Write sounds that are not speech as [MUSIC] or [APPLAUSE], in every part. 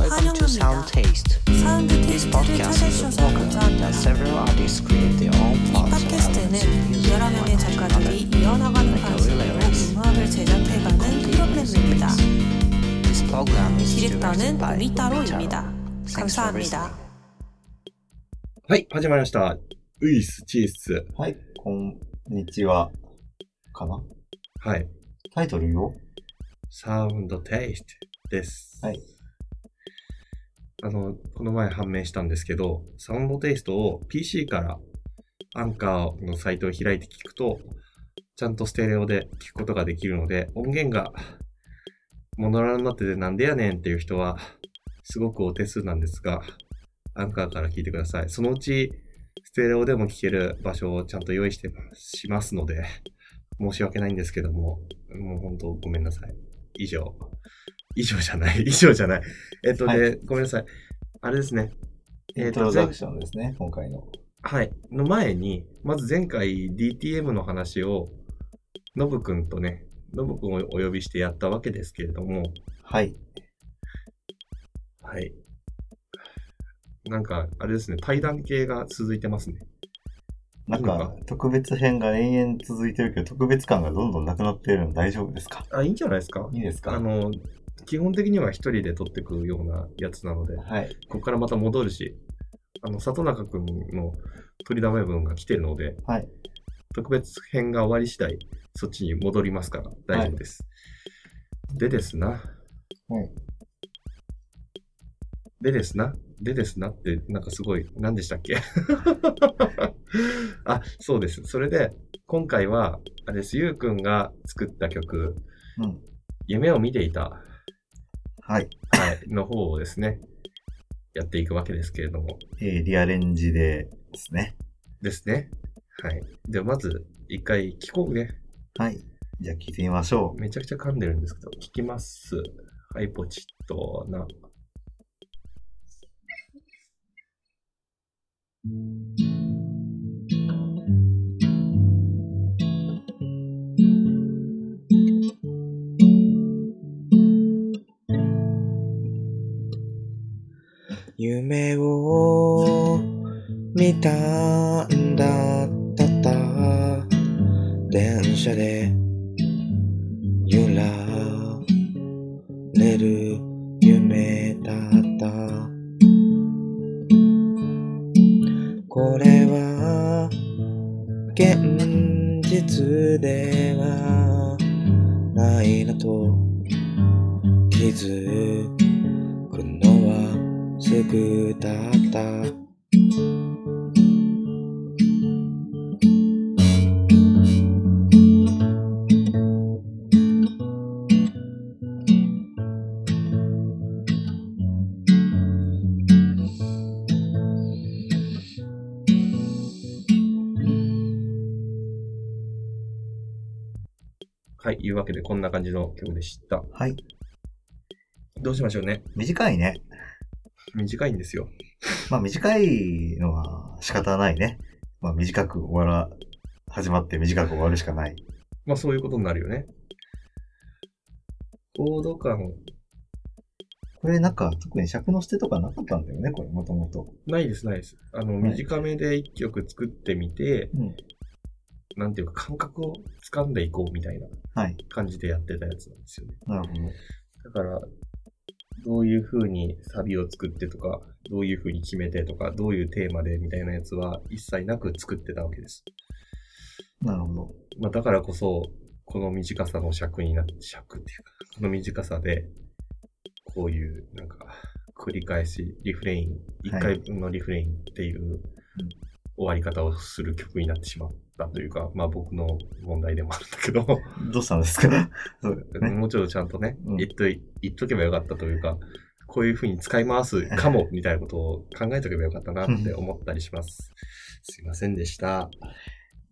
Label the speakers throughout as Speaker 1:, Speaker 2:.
Speaker 1: Welcome to Sound Taste.
Speaker 2: サウンドテイ
Speaker 1: This
Speaker 2: ストで
Speaker 1: podcast
Speaker 2: 正
Speaker 1: is
Speaker 2: し
Speaker 1: a
Speaker 2: をさんが
Speaker 1: podcast
Speaker 2: ザン
Speaker 1: that
Speaker 2: ダー
Speaker 1: several artists create their own parts
Speaker 2: パ
Speaker 1: of
Speaker 2: 팟캐스트에는
Speaker 1: elements using
Speaker 2: 여러 명의
Speaker 1: one another,
Speaker 2: 작가들이 이어나가는
Speaker 1: like a real
Speaker 2: 방
Speaker 1: lyrics.
Speaker 2: 식으로음악을 제작해가는 프로그램입니다.
Speaker 1: This program is directed
Speaker 2: 디렉터는
Speaker 1: by Umitaro.
Speaker 2: 우미따로입니다.
Speaker 1: Thanks for listening.
Speaker 2: 감사합니다.
Speaker 3: はい、始まりました。ウイス、チース。
Speaker 4: はい、こんにちは。かな
Speaker 3: はい。
Speaker 4: タイトルを
Speaker 3: サウンドテイストです。
Speaker 4: はい。
Speaker 3: あの、この前判明したんですけど、サウンドテイストを PC からアンカーのサイトを開いて聞くと、ちゃんとステレオで聞くことができるので、音源がモノラルになっててなんでやねんっていう人は、すごくお手数なんですが、アンカーから聞いてください。そのうち、ステレオでも聞ける場所をちゃんと用意してしますので、申し訳ないんですけども、もう本当ごめんなさい。以上。以上じゃない。以 [LAUGHS] 上じゃない。えっとね、
Speaker 4: はい
Speaker 3: ごめんなさい。あれですね。
Speaker 4: イ
Speaker 3: えっ
Speaker 4: ン
Speaker 3: と
Speaker 4: トロダクションですね、今回の。
Speaker 3: はい。の前に、まず前回 DTM の話を、ノブくんとね、ノブくんをお呼びしてやったわけですけれども、
Speaker 4: はい。
Speaker 3: はい。なんか、あれですね、対談系が続いてますね。
Speaker 4: なん
Speaker 3: いいの
Speaker 4: か、特別編が延々続いてるけど、特別感がどんどんなくなってるの大丈夫ですか
Speaker 3: あ、いいんじゃないですか
Speaker 4: いいです
Speaker 3: あ
Speaker 4: か
Speaker 3: の、基本的には一人で撮ってくようなやつなので、
Speaker 4: はい。
Speaker 3: ここからまた戻るし、あの、里中くんの取りだめ分が来てるので、
Speaker 4: はい。
Speaker 3: 特別編が終わり次第、そっちに戻りますから大丈夫です。でですな。
Speaker 4: はい
Speaker 3: でですな。でですなって、なんかすごい、何でしたっけ [LAUGHS] あ、そうです。それで、今回は、あれです、ゆうくんが作った曲、
Speaker 4: うん。
Speaker 3: 夢を見ていた、は
Speaker 4: はい。
Speaker 3: い、の方をですね、やっていくわけですけれども、
Speaker 4: えーリアレンジでですね。
Speaker 3: ですね。はい。では、まず、一回聞こうね。
Speaker 4: はい。じゃあ聞いてみましょう。
Speaker 3: めちゃくちゃ噛んでるんですけど、聞きます。はい、ポチッとな。
Speaker 5: 夢を見たんだったった電車で揺られる夢だったこれは現実ではないなと気づくのはすぐだった
Speaker 3: はい、いうわけでこんな感じの曲でした。
Speaker 4: はい。
Speaker 3: どうしましょうね。
Speaker 4: 短いね。
Speaker 3: 短いんですよ。
Speaker 4: まあ短いのは仕方ないね。まあ短く終わら、始まって短く終わるしかない。
Speaker 3: まあそういうことになるよね。コード感
Speaker 4: これなんか特に尺の捨てとかなかったんだよね、これもともと。
Speaker 3: ないです、ないです。あの、
Speaker 4: い
Speaker 3: 短めで一曲作ってみて、
Speaker 4: うん
Speaker 3: なんていうか感覚を掴んでいこうみたいな
Speaker 4: はい。
Speaker 3: 感じでやってたやつなんですよね。
Speaker 4: なるほ
Speaker 3: だ
Speaker 4: ど。
Speaker 3: から、どういう風にサビを作ってとか、どういう風に決めてとか、どういうテーマでみたいなやつは一切なく作ってたわけです。
Speaker 4: なるほど。
Speaker 3: まあ、だからこそ、この短さの尺になって、尺っていうか、この短さで、こういう、なんか、繰り返し、リフレイン、一
Speaker 4: はい
Speaker 3: 回分のリフレインっていう終わり方をする曲になってしまったというか、まあ僕の問題でもあるんだけど、
Speaker 4: どうしたんですか [LAUGHS] そうだね。
Speaker 3: もうちょっとちゃんとね、
Speaker 4: うん
Speaker 3: 言っとい、言っとけばよかったというか、こういう風に使い回すかも、みたいなことを考えとけばよかったなって思ったりします。すいませんでした。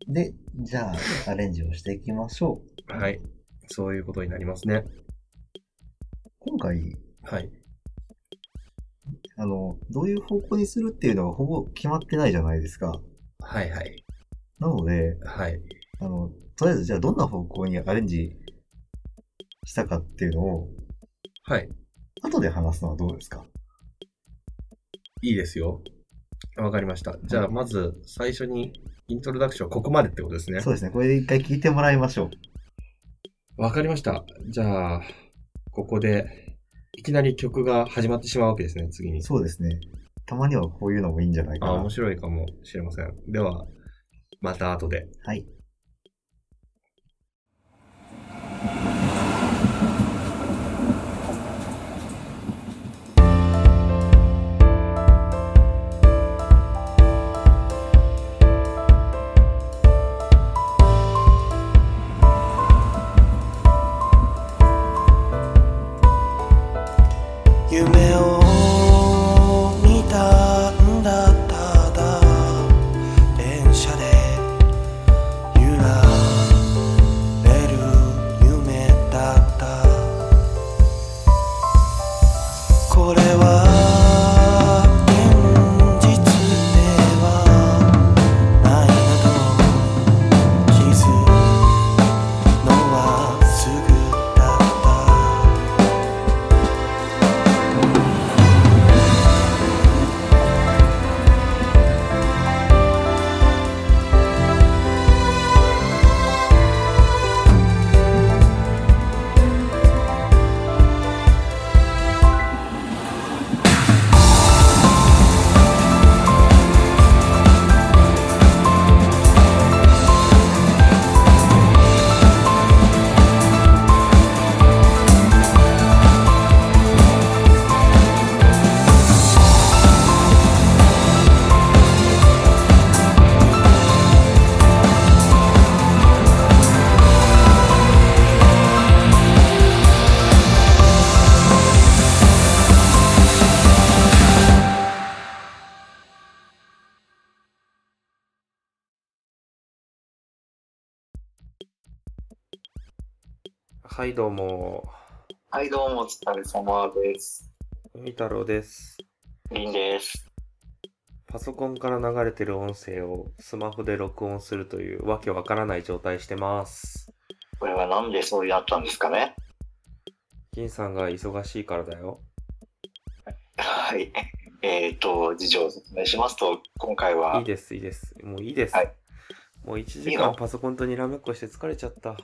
Speaker 4: で、じゃあ、アレンジをしていきましょう。
Speaker 3: はい。。そういうことになりますね。
Speaker 4: 今回、
Speaker 3: はい。
Speaker 4: あの、どういう方向にするっていうのはほぼ決まってないじゃないですか。
Speaker 3: はいはい。
Speaker 4: なので、
Speaker 3: はい。
Speaker 4: あの、とりあえずじゃあどんな方向にアレンジしたかっていうのを、
Speaker 3: はい。
Speaker 4: 後で話すのはどうですか
Speaker 3: いいですよ。わかりました。じゃあ、まず最初に、イントロダクションはここまでってことですね。
Speaker 4: そうですね。これで一回聞いてもらいましょう。
Speaker 3: わかりました。じゃあ、ここで、いきなり曲が始まってしまうわけですね、次に。
Speaker 4: そうですね。たまにはこういうのもいいんじゃないか
Speaker 3: あ、
Speaker 4: な。
Speaker 3: 面白いかもしれません。では、また後で。
Speaker 4: はい。
Speaker 5: 夢を見たんだただ電車で揺られる夢だったこれは現実ではないなと気づくのはすぐだった
Speaker 6: はい、どうも。
Speaker 7: はい、どうも、お疲れ様です。
Speaker 6: 海太郎です。
Speaker 7: りんです。
Speaker 6: パソコンから流れてる音声をスマホで録音するというわけわからない状態してます。
Speaker 7: これはなんでそうやったんですかね
Speaker 6: 銀さんが忙しいからだよ。
Speaker 7: はい。えっ、と、事情を説明しますと、今回
Speaker 6: い、
Speaker 7: はい
Speaker 6: です、いいです。もういいです。
Speaker 7: はい
Speaker 6: もう1時
Speaker 7: いい
Speaker 6: 間
Speaker 7: の
Speaker 6: パソコンとにらめっこして疲れちゃった。は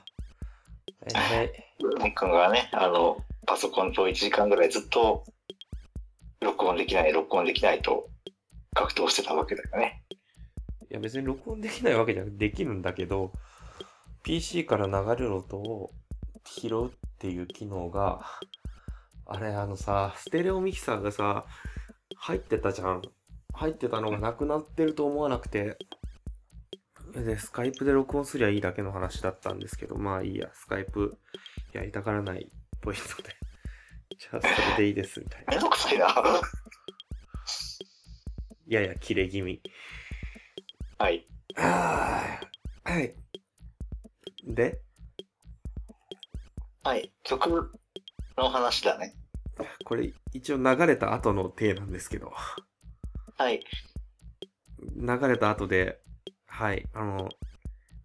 Speaker 6: いはい。
Speaker 7: みっくんがね、あの、パソコンと1時間ぐらいずっと、録音できない、録音できないと、格闘してたわけだよね。
Speaker 6: いや、別に録音できないわけじゃなくてできるんだけど、PC から流れる音を拾うっていう機能が、あれ、あのさ、ステレオミキサーがさ、入ってたじゃん。入ってたのがなくなってると思わなくて、で、スカイプで録音すりゃいいだけの話だったんですけど、まあいいや、スカイプやりたがらないポイントで。 [LAUGHS] じゃあ、それでいいです、みたいな。
Speaker 7: め
Speaker 6: い
Speaker 7: んどくさい [LAUGHS] な。
Speaker 6: やいや、切れ気味。
Speaker 7: はい。
Speaker 6: あーはい。で
Speaker 7: はい。曲の話だね。
Speaker 6: これ一応流れた後の体なんですけど、
Speaker 7: はい。
Speaker 6: 流れた後で、はい、あの、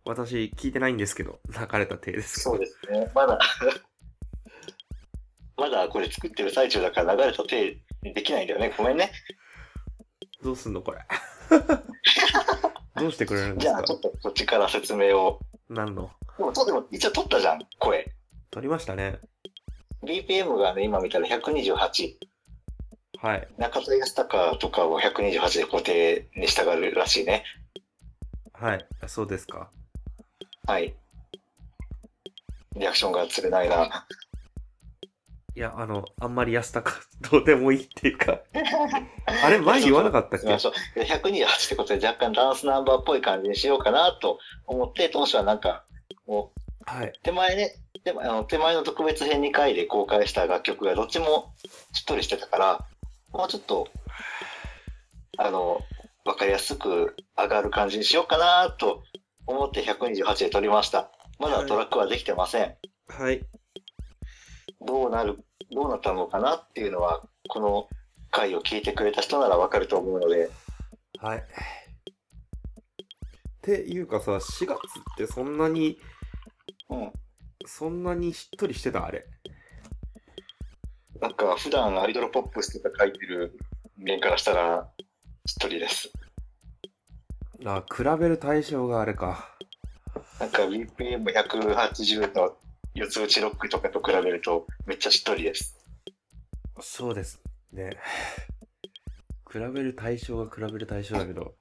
Speaker 6: 私聞いてないんですけど、流れた体ですけど
Speaker 7: そうですね。まだ、 [LAUGHS] まだこれ作ってる最中だから流れた手できないんだよね。ごめんね。
Speaker 6: どうすんのこれ。 [LAUGHS] どうしてくれるんで
Speaker 7: じ
Speaker 6: す
Speaker 7: ゃあ、
Speaker 6: か
Speaker 7: ちょっとこっちから説明を。
Speaker 6: 何の
Speaker 7: でも、とでも一応撮ったじゃん、声。
Speaker 6: 撮りましたね。
Speaker 7: BPM がね、今見たら128。
Speaker 6: はい。
Speaker 7: 中田康隆とかは128で固定に従うらしいね。
Speaker 6: はい。そうですか。
Speaker 7: はい。リアクションが釣れないな。
Speaker 6: いや、あの、あんまり安高、 [LAUGHS] どうでもいいっていう
Speaker 7: [LAUGHS]
Speaker 6: か。あれ、前言わなかったっ
Speaker 7: すみ
Speaker 6: け
Speaker 7: ませんで128ってことで若干ダンスナンバーっぽい感じにしようかなと思って、当初はなんか、もう
Speaker 6: はい。
Speaker 7: 手前ね、手前あの手前の特別編2回で公開した楽曲がどっちもしっとりしてたから、もうちょっと、あの、わかりやすく上がる感じにしようかなと思って128で撮りました。まだトラックはできてません。
Speaker 6: はい。
Speaker 7: どうなる、どうなったのかなっていうのは、この回を聞いてくれた人ならわかると思うので、
Speaker 6: はい。っていうかさ、4月ってそんなに、
Speaker 7: うん。
Speaker 6: そんなにしっとりしてたあれ。
Speaker 7: なんか普段アイドルポップしてた書いてる人間からしたらしっとりです。
Speaker 6: あ、比べる対象があれか。
Speaker 7: なんか BPM180 の四つ打ちロックとかと比べるとめっちゃしっとりです。
Speaker 6: そうですね。比べる対象が比べる対象だけど、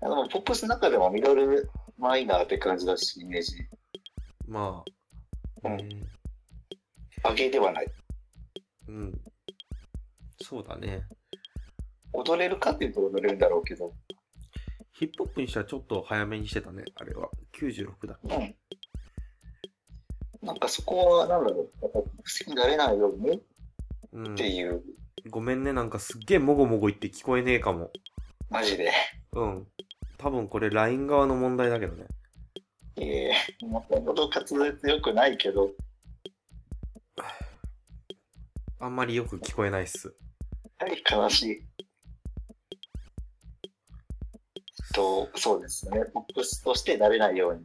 Speaker 7: あのポップスの中でもミドルマイナーって感じだし、イメージ。
Speaker 6: まあ、うん、
Speaker 7: 上げではない。
Speaker 6: うん。そうだね。
Speaker 7: 踊れるかっていうと踊れるんだろうけど。
Speaker 6: ヒップホップにしてはちょっと早めにしてたね、あれは。96だ。
Speaker 7: うん。なんかそこは、なんだろう。やっぱ好きになれないように
Speaker 6: うん
Speaker 7: っ。ていう、
Speaker 6: ごめんね、なんかすっげえもごもご言って聞こえねえかも。
Speaker 7: マジで。
Speaker 6: うん。多分これ LINE 側の問題だけどね。
Speaker 7: ええもともと滑舌良くないけど、
Speaker 6: あんまりよく聞こえないっす。
Speaker 7: やはり悲しい。と、そうですね。ポップスとしてなれないように。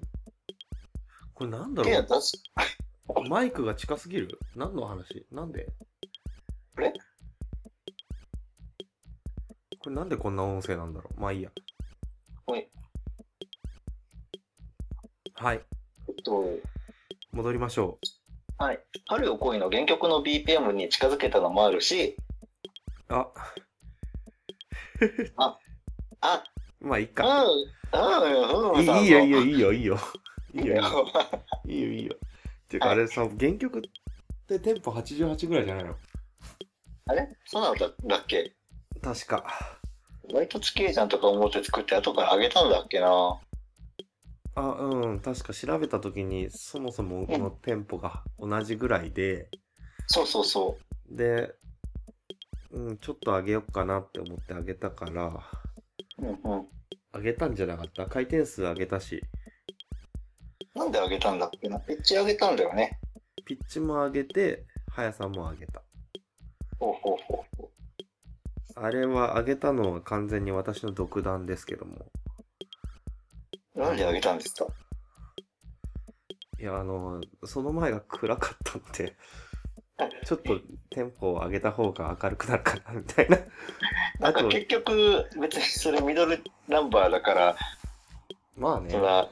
Speaker 6: これなんだ
Speaker 7: で、
Speaker 6: ろ
Speaker 7: 確か
Speaker 6: うマイクが近すぎる何の話なんで
Speaker 7: あれ
Speaker 6: これなんでこんな音声なんだろうまあいいや。
Speaker 7: おい
Speaker 6: はい。
Speaker 7: えっと、
Speaker 6: 戻りましょ
Speaker 7: はい。春よ恋の原曲の BPM に近づけたのもあるし、
Speaker 6: う。あ、
Speaker 7: あ、
Speaker 6: まあいい
Speaker 7: うん、
Speaker 6: か。
Speaker 7: うん、う
Speaker 6: い
Speaker 7: ん。
Speaker 6: いいいよ、いいよ、いいよ、いいよ。いいよ、いいよ。
Speaker 7: よ。
Speaker 6: いいよ、いいよ。ていうか、あれさ、原曲ってテンポ88ぐらいじゃないの
Speaker 7: [LAUGHS] あれそうなんだっけ
Speaker 6: 確か。
Speaker 7: 割と地形じゃんとか思って作って後から上げたんだっけな
Speaker 6: あ、うん。確か調べたときに、そもそもこのテンポが同じぐらいで、
Speaker 7: そうそうそ
Speaker 6: で、うん、ちょっと上げよっかなって思って上げたから、
Speaker 7: う。うんうん。
Speaker 6: 上げたんじゃなかった回転数上げたし、
Speaker 7: なんで上げたんだっけなピッチ上げたんだよね。
Speaker 6: ピッチも上げて、速さも上げた。
Speaker 7: ほうほうほうほ
Speaker 6: あれは上げたのは完全に私の独断ですけども。
Speaker 7: う。なんで上げたんですか
Speaker 6: いや、あの、その前が暗かったんで、ちょっとテンポを上げた方が明るくなるかな、みたいな。
Speaker 7: な
Speaker 6: あ
Speaker 7: んか
Speaker 6: と、
Speaker 7: 結局、別にそれミドルナンバーだから、
Speaker 6: まあね
Speaker 7: そん。な、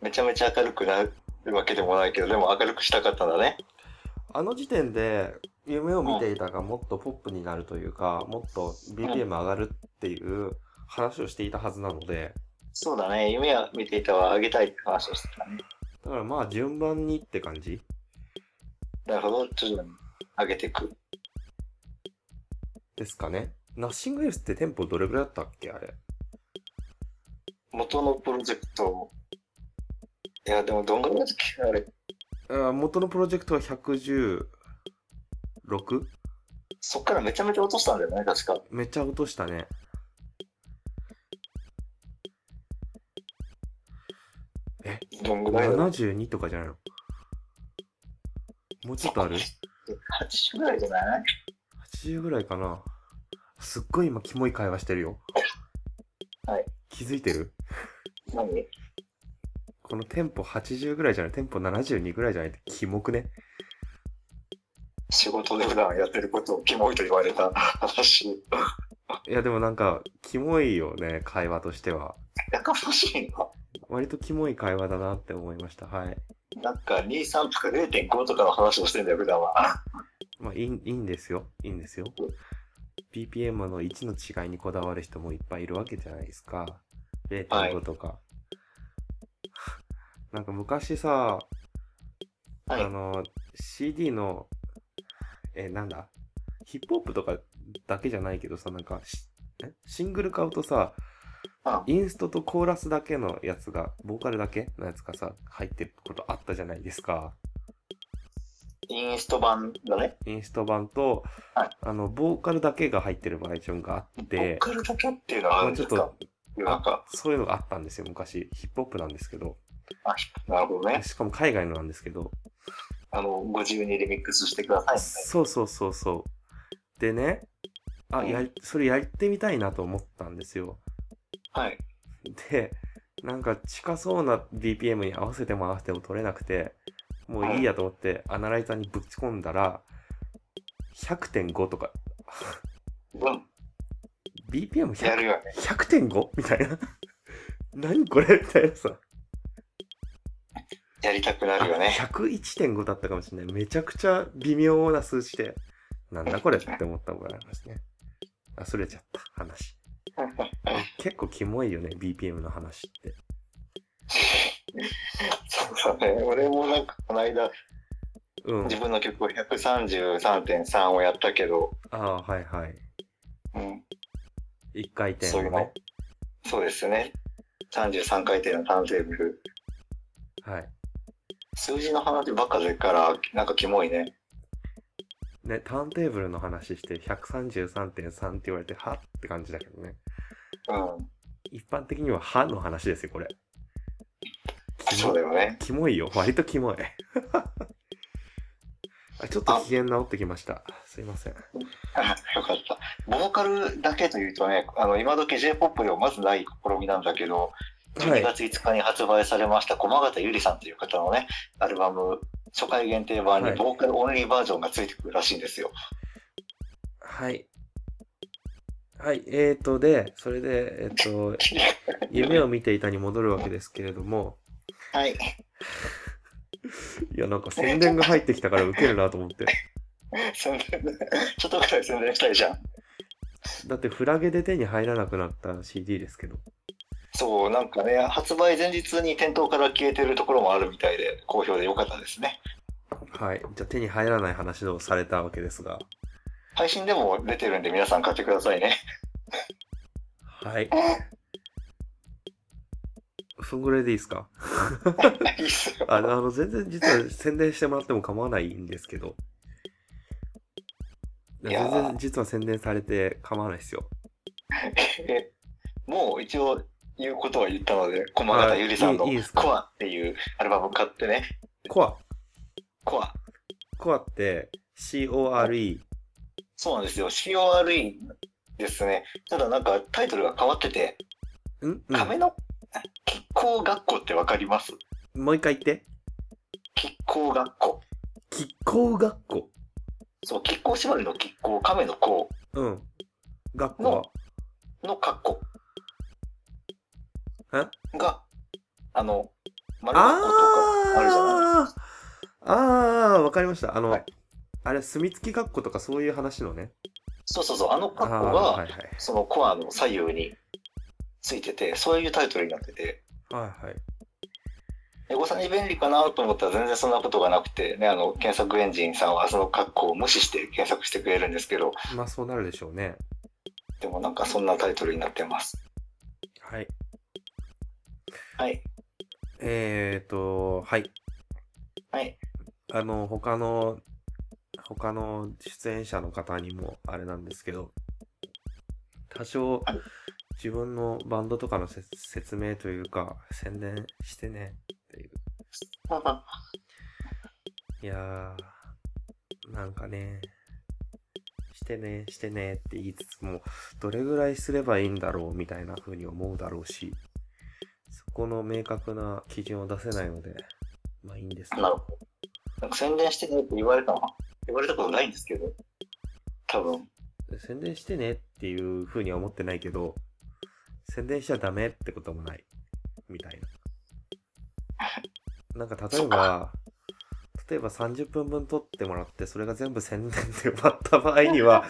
Speaker 7: めちゃめちゃ明るくなるわけでもないけど、でも明るくしたかったんだね。
Speaker 6: あの時点で夢を見ていたがもっとポップになるというか、もっと BPM 上がるっていう話をしていたはずなので、
Speaker 7: そうだね。夢は見ていたわ、上げたいって話をしてたね。
Speaker 6: だからまあ順番にって感じ
Speaker 7: なるほど、徐々に上げていく。
Speaker 6: ですかね。ナッシングエルスってテンポどれぐらいだったっけあれ。
Speaker 7: 元のプロジェクトをいや、でもどんぐらいだっけあれ。
Speaker 6: あ元のプロジェクトは 116?
Speaker 7: そっからめちゃめちゃ落としたんだよね、確か。
Speaker 6: めっちゃ落としたね。
Speaker 7: どんぐらいだろう
Speaker 6: 72とかじゃないのもうちょっとある
Speaker 7: ?80 ぐらいじゃない
Speaker 6: ?80 ぐらいかな。すっごい今キモい会話してるよ。
Speaker 7: はい。
Speaker 6: 気づいてる
Speaker 7: 何
Speaker 6: このテンポ80ぐらいじゃない、テンポ72ぐらいじゃないってキモくね。
Speaker 7: 仕事で普段やってることをキモいと言われた話。
Speaker 6: いやでもなんか、キモいよね、会話としては。
Speaker 7: やかましいな。
Speaker 6: 割とキモい会話だなって思いました。はい。
Speaker 7: なんか2、3とか0.5とかの話をしてんだよ、普段は。
Speaker 6: まあ、いいいいんですよ。いいんですよ。BPM の1の違いにこだわる人もいっぱいいるわけじゃないですか。0.5とか。 [LAUGHS] なんか昔さ、
Speaker 7: はい
Speaker 6: あの、CD の、え、なんだヒップホップとかだけじゃないけどさ、なんかし、えシングル買うとさ、
Speaker 7: あ
Speaker 6: インストとコーラスだけのやつが、ボーカルだけのやつがさ、入ってることあったじゃないですか。
Speaker 7: インスト版だね。
Speaker 6: インスト版と、
Speaker 7: はい
Speaker 6: あの、ボーカルだけが入ってるバージョンがあっ
Speaker 7: ボー
Speaker 6: て、
Speaker 7: カルだけっていうのは
Speaker 6: ま
Speaker 7: ある
Speaker 6: あ
Speaker 7: ん
Speaker 6: ち
Speaker 7: で
Speaker 6: ょっ
Speaker 7: すか
Speaker 6: と、
Speaker 7: 世の中。
Speaker 6: そういうのがあったんですよ、昔。ヒップホップなんですけど。
Speaker 7: なるほどね。
Speaker 6: しかも海外のなんですけど。
Speaker 7: あの、ご自由にリミックスしてくださいみたいな。
Speaker 6: そうそうそうそう。でね、あ、
Speaker 7: うん
Speaker 6: やり、それやってみたいなと思ったんですよ。
Speaker 7: はい。
Speaker 6: で、なんか近そうな BPM に合わせても合わせても取れなくて、もういいやと思ってアナライザーにぶち込んだら、100.5とか
Speaker 7: うん。やる
Speaker 6: BPM100.5?
Speaker 7: よね。
Speaker 6: みたいな。 [LAUGHS] 何これみたいなさ。
Speaker 7: やりたくなるよね。
Speaker 6: 101.5だったかもしれない。めちゃくちゃ微妙な数字で、なんだこれって思ったのがありますね。あ、それちゃった話。結構キモいよね、BPM の話って。
Speaker 7: [LAUGHS] そうだね。俺もなんか、この間、
Speaker 6: うん。
Speaker 7: 自分の曲を133.3をやったけど、
Speaker 6: ああ、はいはい。
Speaker 7: うん、
Speaker 6: 一回転
Speaker 7: そういう
Speaker 6: を
Speaker 7: の
Speaker 6: ね。
Speaker 7: そうですね。33回転のターンテーブル。
Speaker 6: はい。
Speaker 7: 数字の話ばっかでから、なんかキモいね。
Speaker 6: ね、ターンテーブルの話して133.3って言われて、はって感じだけどね。
Speaker 7: うん。
Speaker 6: 一般的にははの話ですよ、これ。キ
Speaker 7: そう
Speaker 6: モ
Speaker 7: だよね。 [LAUGHS]
Speaker 6: キモいよ、割とキモい。 [LAUGHS] あちょっと機嫌治ってきました。すいません。
Speaker 7: あよかった。ボーカルだけというとね、あの、今時 J-POP ではまずない試みなんだけ
Speaker 6: は
Speaker 7: ど、12
Speaker 6: い。
Speaker 7: 月5日に発売されました駒形ゆりさんという方のね、アルバム、初回限定版に
Speaker 6: はい
Speaker 7: ボーカルオンリーバージョンがついてくるらしい
Speaker 6: [LAUGHS]
Speaker 7: んですよ。
Speaker 6: はい。はい、えーと、で、それで、えっ、と、夢を見ていたに戻るわけですけれども、
Speaker 7: はい。
Speaker 6: いや、なんか宣伝が入ってきたからウケるなと思って。
Speaker 7: 宣伝、ちょっとくらい宣伝したいじゃん。
Speaker 6: だって、フラゲで手に入らなくなった CD ですけど。
Speaker 7: そう、なんかね、発売前日に店頭から消えてるところもあるみたいで、好評で良かったですね。
Speaker 6: はい。じゃあ手に入らない話をされたわけですが。
Speaker 7: 配信でも出てるんで皆さん買ってくださ
Speaker 6: [LAUGHS]
Speaker 7: いね。
Speaker 6: はい。そんぐらいでいいですか
Speaker 7: いいっすよ。
Speaker 6: あの、あの全然実は宣伝してもらっても構わないんですけど。
Speaker 7: い
Speaker 6: 全
Speaker 7: やー
Speaker 6: 然実は宣伝されて構わないですよ。
Speaker 7: えもう一応言うことは言ったので、駒形ゆりさんの
Speaker 6: あいいいいですか
Speaker 7: コアっていうアルバム買ってね、
Speaker 6: コア。
Speaker 7: コア。
Speaker 6: コアって、CORE。
Speaker 7: そうなんですよ、CORE ですね。ただなんかタイトルが変わってて、
Speaker 6: んうん。
Speaker 7: 亀の亀甲学校ってわかります
Speaker 6: もう一回言って。
Speaker 7: 亀甲学校。
Speaker 6: 亀甲学校。
Speaker 7: そう、亀甲縛りの亀甲、亀の甲
Speaker 6: うん。学校は。
Speaker 7: の括弧。
Speaker 6: え
Speaker 7: が、あの、丸学校とかあるじゃない
Speaker 6: ああああ、わかりました。あの、
Speaker 7: はい
Speaker 6: あれ、墨付き学校とかそういう話のね。
Speaker 7: そうそうそう、あの括
Speaker 6: あ
Speaker 7: 弧
Speaker 6: あ
Speaker 7: が、
Speaker 6: はいはい。
Speaker 7: そのコアの左右についてて、そういうタイトルになってて、
Speaker 6: はいはい。
Speaker 7: エゴサに便利かなと思ったら全然そんなことがなくて、ね、あの、検索エンジンさんはその括弧を無視して検索してくれるんですけど、
Speaker 6: まあそうなるでしょうね。
Speaker 7: でもなんかそんなタイトルになってます。
Speaker 6: はい。
Speaker 7: はい。
Speaker 6: えーと、はい。
Speaker 7: はい。
Speaker 6: あの、他の、他の出演者の方にもあれなんですけど、多少
Speaker 7: はい
Speaker 6: 自分のバンドとかのせ説明というか、宣伝してねっていう。いやー、なんかね、してね、してねって言いつつも、どれぐらいすればいいんだろうみたいな風に思うだろうし、そこの明確な基準を出せないので、まあいいんですけ
Speaker 7: なる
Speaker 6: ど。
Speaker 7: ほど。なんか宣伝してねって言われたのは、言われたことないんですけど、多分。
Speaker 6: 宣伝してねっていう風には思ってないけど、宣伝しちゃダメってこともない。みたいな。なんか例えば、例えば30分分撮ってもらって、それが全部宣伝で終わった場合には、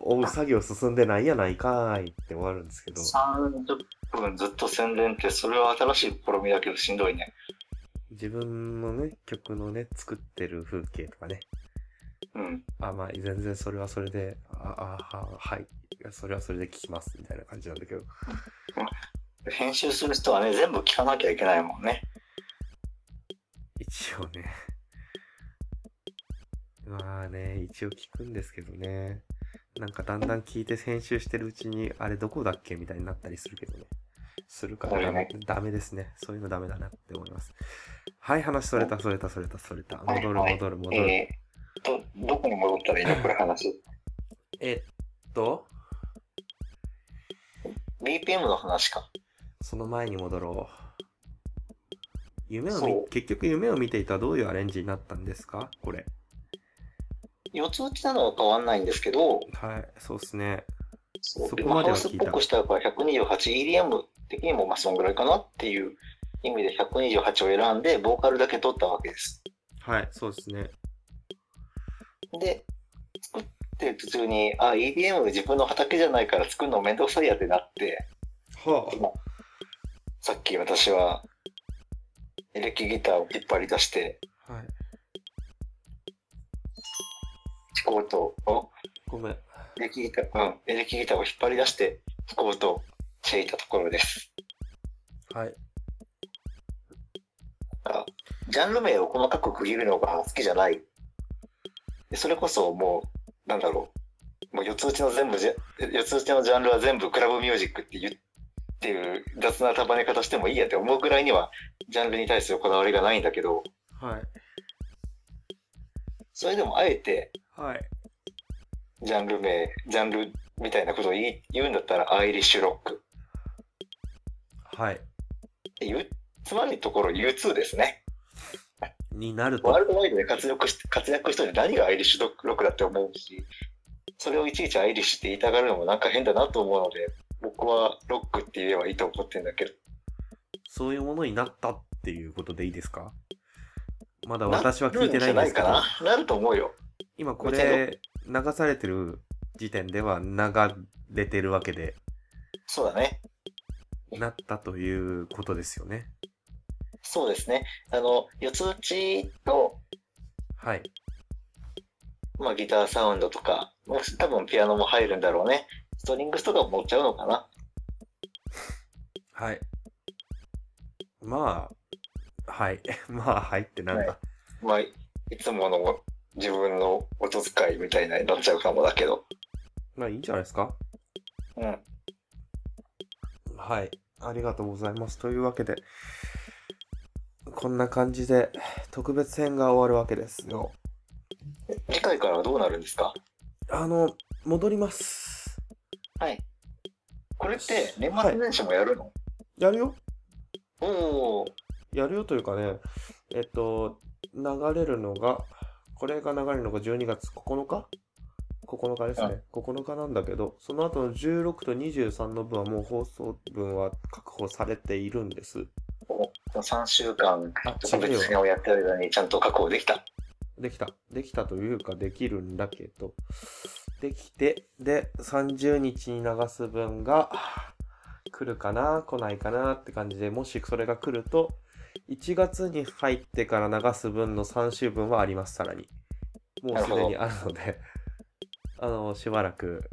Speaker 6: お作業進んでないやないかーいって終わるんですけど、
Speaker 7: 30分ずっと宣伝って、それは新しい試みだけどしんどいね。
Speaker 6: 自分のね、曲のね、作ってる風景とかね、
Speaker 7: うん。
Speaker 6: あ、まあ全然それはそれで、あ、あ、ははい、それはそれで聞きますみたいな感じなんだけど、
Speaker 7: 編集する人はね、全部聞かなきゃいけないもんね。
Speaker 6: 一応ね。まあね、一応聞くんですけどね。なんかだんだん聞いて編集してるうちに、あれどこだっけみたいになったりするけどね。するからダメ,、
Speaker 7: そ
Speaker 6: ダメですね。そういうのダメだなって思います。はい、話それた、それた、それた、それた。
Speaker 7: はい
Speaker 6: 戻る、
Speaker 7: はい
Speaker 6: 戻る、戻る。
Speaker 7: えー、ど、どこに戻ったらいいのこれ話。
Speaker 6: えっと、
Speaker 7: BPM の話か。
Speaker 6: その前に戻ろう。夢を
Speaker 7: そう
Speaker 6: 見、結局夢を見ていたどういうアレンジになったんですかこれ。
Speaker 7: 四つ打ちなのは変わんないんですけど、
Speaker 6: はい、そうっすね。
Speaker 7: そう
Speaker 6: そ
Speaker 7: で
Speaker 6: こ
Speaker 7: ま
Speaker 6: ま
Speaker 7: あ
Speaker 6: で
Speaker 7: ハ
Speaker 6: は
Speaker 7: ウスっ
Speaker 6: 聞いた
Speaker 7: ぽくしたから 128EDM 的にもまあそんぐらいかなっていう意味で128を選んでボーカルだけ取ったわけです。
Speaker 6: はい、そうですね。
Speaker 7: で、作ってる途中に、あ、EDM 自分の畑じゃないから作るのめんどくさいやってなって、
Speaker 6: はあ。
Speaker 7: さっき私は、エレキギターを引っ張り出して、
Speaker 6: はい。
Speaker 7: 弾こうと、お
Speaker 6: ごめん。
Speaker 7: エレキギター、うん、エレキギターを引っ張り出して、弾こうとしていたところです。
Speaker 6: はい。
Speaker 7: あジャンル名を細かく区切るのが好きじゃない。でそれこそもう、なんだろう。もう四つ打ちの全部じゃ、四つ打ちのジャンルは全部クラブミュージックって言うっていう雑な束ね方してもいいやって思うぐらいには、ジャンルに対するこだわりがないんだけど、
Speaker 6: はい。
Speaker 7: それでもあえて、
Speaker 6: はい。
Speaker 7: ジャンル名、ジャンルみたいなことを言い言うんだったら、アイリッシュロック。
Speaker 6: はい。
Speaker 7: っていうつまりところ U2 ですね。
Speaker 6: になると。
Speaker 7: ワールドワイドで活躍し活躍してて何がアイリッシュロックだって思うし、それをいちいちアイリッシュって言いたがるのもなんか変だなと思うので、僕はロックって言えばいいと思ってるんだけど、
Speaker 6: そういうものになったっていうことでいいですかまだ私は聞いてないんですけど、
Speaker 7: なるんじゃないかな。なると思うよ。
Speaker 6: 今これ流されてる時点では流れてるわけで、
Speaker 7: そうだね。
Speaker 6: なったということですよね。
Speaker 7: そうですね。あの、四つ打ちと、
Speaker 6: はい。
Speaker 7: まあ、ギターサウンドとか、もう多分ピアノも入るんだろうね。ストリングスとかも持っちゃうのかな。
Speaker 6: はい。まあ、はい。 [LAUGHS] まあ、はいってなんだ。
Speaker 7: はまあ、いつもの自分の音遣いみたいなになっちゃうかもだけど。
Speaker 6: まあ、いいんじゃないですか
Speaker 7: うん。
Speaker 6: はい。ありがとうございます。というわけで、こんな感じで特別編が終わるわけですよ。
Speaker 7: 次回からはどうなるんですか
Speaker 6: あの、戻ります。
Speaker 7: はい。これって年末年始もやるの、
Speaker 6: やるよ
Speaker 7: おお。
Speaker 6: やるよというかね、えっと、流れるのが、これが流れるのが12月9日 ?9 日ですね。9日なんだけど、その後の16と23の分はもう放送分は確保されているんです。
Speaker 7: 3週間
Speaker 6: あ、
Speaker 7: 特別編をやってる間にちゃんと確保できた。
Speaker 6: できた。できたというか、できるんだけど。できて、で、30日に流す分が、来るかな、来ないかなって感じで、もしそれが来ると、1月に入ってから流す分の3週分はあります、さらに。もうすでにあるので、あの、しばらく、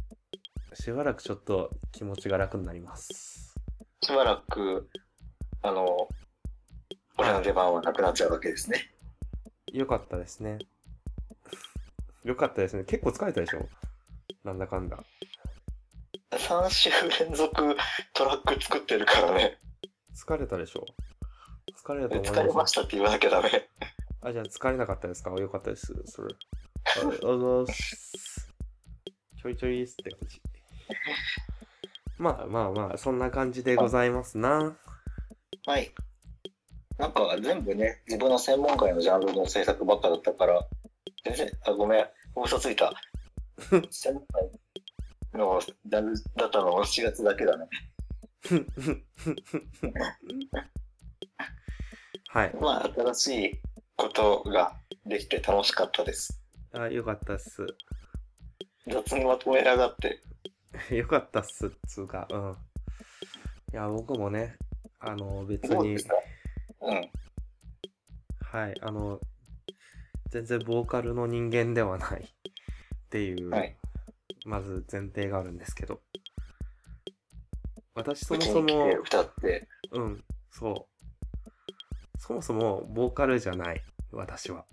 Speaker 6: しばらくちょっと気持ちが楽になります。
Speaker 7: しばらく、あの、俺の出番はなくなっちゃうわけですね。
Speaker 6: よかったですね。よかったですね。結構疲れたでしょなんだかんだ。
Speaker 7: 3週連続トラック作ってるからね。
Speaker 6: 疲れたでしょ疲れたと思います。
Speaker 7: 疲れましたって言わなきゃダメ。
Speaker 6: あ、じゃあ疲れなかったですかよかったです。それ。ありがとうございます。ちょいちょいですって感じ。まあまあまあ、そんな感じでございますな。 [LAUGHS]
Speaker 7: はい。なんか全部ね、自分の専門外のジャンルの制作ばっかだったから、全然、あ、ごめん、嘘ついた。専門外のジャンルだったのは4月だけだね。
Speaker 6: はい。
Speaker 7: まあ、新しいことができて楽しかったです。
Speaker 6: あ、よかったっす。
Speaker 7: 雑にまとめやがって。
Speaker 6: よかったっすっつうか、うん。いや、僕もね、あの、別
Speaker 7: どう
Speaker 6: に
Speaker 7: です、かうん。
Speaker 6: はい、あの、全然ボーカルの人間ではないっていう、
Speaker 7: はい
Speaker 6: まず前提があるんですけど。私そうも
Speaker 7: ち
Speaker 6: そ
Speaker 7: に来
Speaker 6: も
Speaker 7: て、歌って。
Speaker 6: うん、そう。そもそも、ボーカルじゃない、私は。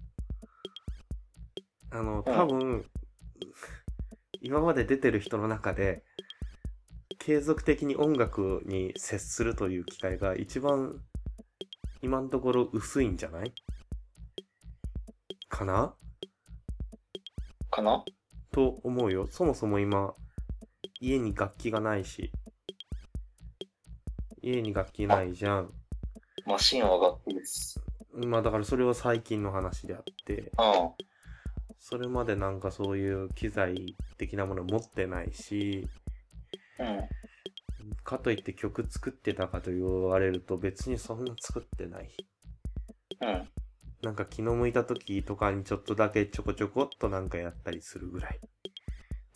Speaker 6: あの、多分、 [LAUGHS] 今まで出てる人の中で、継続的に音楽に接するという機会が一番、今のところ薄いんじゃないかな
Speaker 7: かな
Speaker 6: と思うよ。そもそも今、家に楽器がないし、家に楽器ないじゃん。
Speaker 7: マシンは楽器です。
Speaker 6: まあだからそれは最近の話であって、
Speaker 7: うん。
Speaker 6: それまでなんかそういう機材的なもの持ってないし、
Speaker 7: うん。
Speaker 6: かといって曲作ってたかと言われると別にそんな作ってない。
Speaker 7: うん。
Speaker 6: なんか気の向いた時とかにちょっとだけちょこちょこっとなんかやったりするぐらい。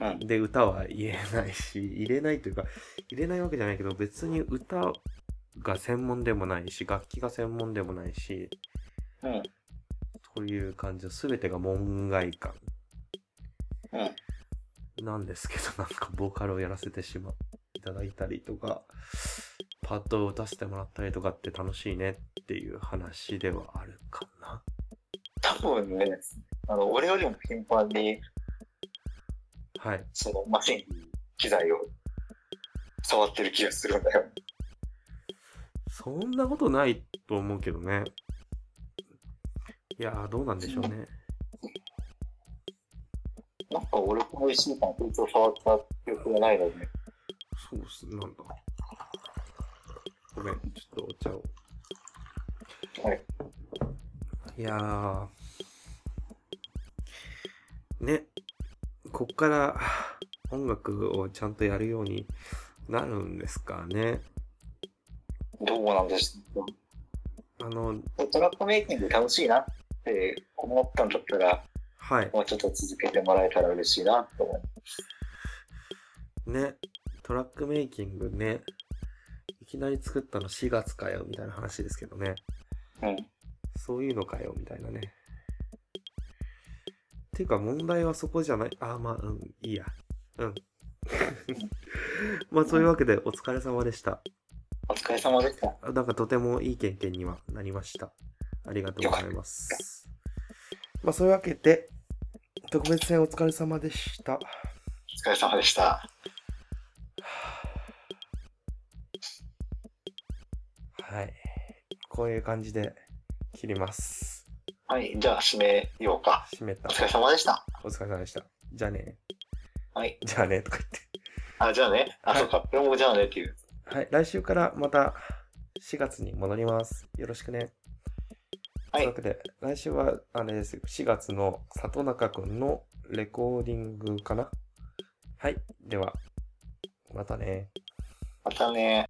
Speaker 7: うん。
Speaker 6: で、歌は入れないし、入れないというか、入れないわけじゃないけど、別に歌が専門でもないし、楽器が専門でもないし、
Speaker 7: うん。
Speaker 6: という感じの全てが門外観
Speaker 7: うん。
Speaker 6: なんですけど、なんかボーカルをやらせてしまいただいたりとか、パッドを打たせてもらったりとかって楽しいねっていう話ではあるかな。
Speaker 7: 多分ね、あの、俺よりも頻繁に、
Speaker 6: はい。
Speaker 7: そのマシン、機材を触ってる気がするんだよ。
Speaker 6: そんなことないと思うけどね。いやー、どうなんでしょうね。
Speaker 7: なんか俺この1週間、こいつを触った記憶がないので、
Speaker 6: そうっす、なんだ。ごめん、ちょっとお茶を。
Speaker 7: はい。
Speaker 6: いやー。ね。こっから音楽をちゃんとやるようになるんですかね。
Speaker 7: どうなんですか
Speaker 6: あの、
Speaker 7: トラックメイキング楽しいなって思ったんだったら、
Speaker 6: はい。
Speaker 7: もうちょっと続けてもらえたら嬉しいなと思う。
Speaker 6: ね。トラックメイキングね。いきなり作ったの4月かよ、みたいな話ですけどね。
Speaker 7: うん。
Speaker 6: そういうのかよ、みたいなね。てか、問題はそこじゃない。あー、まあ、うん、いいや。うん。 [LAUGHS] まあ、そういうわけで、お疲れ様でした。
Speaker 7: お疲れ様でした。
Speaker 6: あなんか、とてもいい経験にはなりました。ありがとうございます。まあ、そういうわけで、特別編お疲れ様でした。
Speaker 7: お疲れ様でした。
Speaker 6: はい。こういう感じで、切ります。
Speaker 7: はい、じゃあ締めようか。
Speaker 6: 閉めた
Speaker 7: お。疲れ様でした。
Speaker 6: お疲れ様でした。じゃあね。
Speaker 7: はい。
Speaker 6: じゃあね、とか言って。
Speaker 7: あ、じゃあね。あ、
Speaker 6: はい
Speaker 7: そうか。俺もじゃあねっていう。
Speaker 6: はい、来週からまた4月に戻ります。よろしくね。
Speaker 7: は
Speaker 6: と
Speaker 7: い
Speaker 6: いうわけで、来週は、あれですよ、4月の里中くんのレコーディングかなはい、では、またね。
Speaker 7: またね。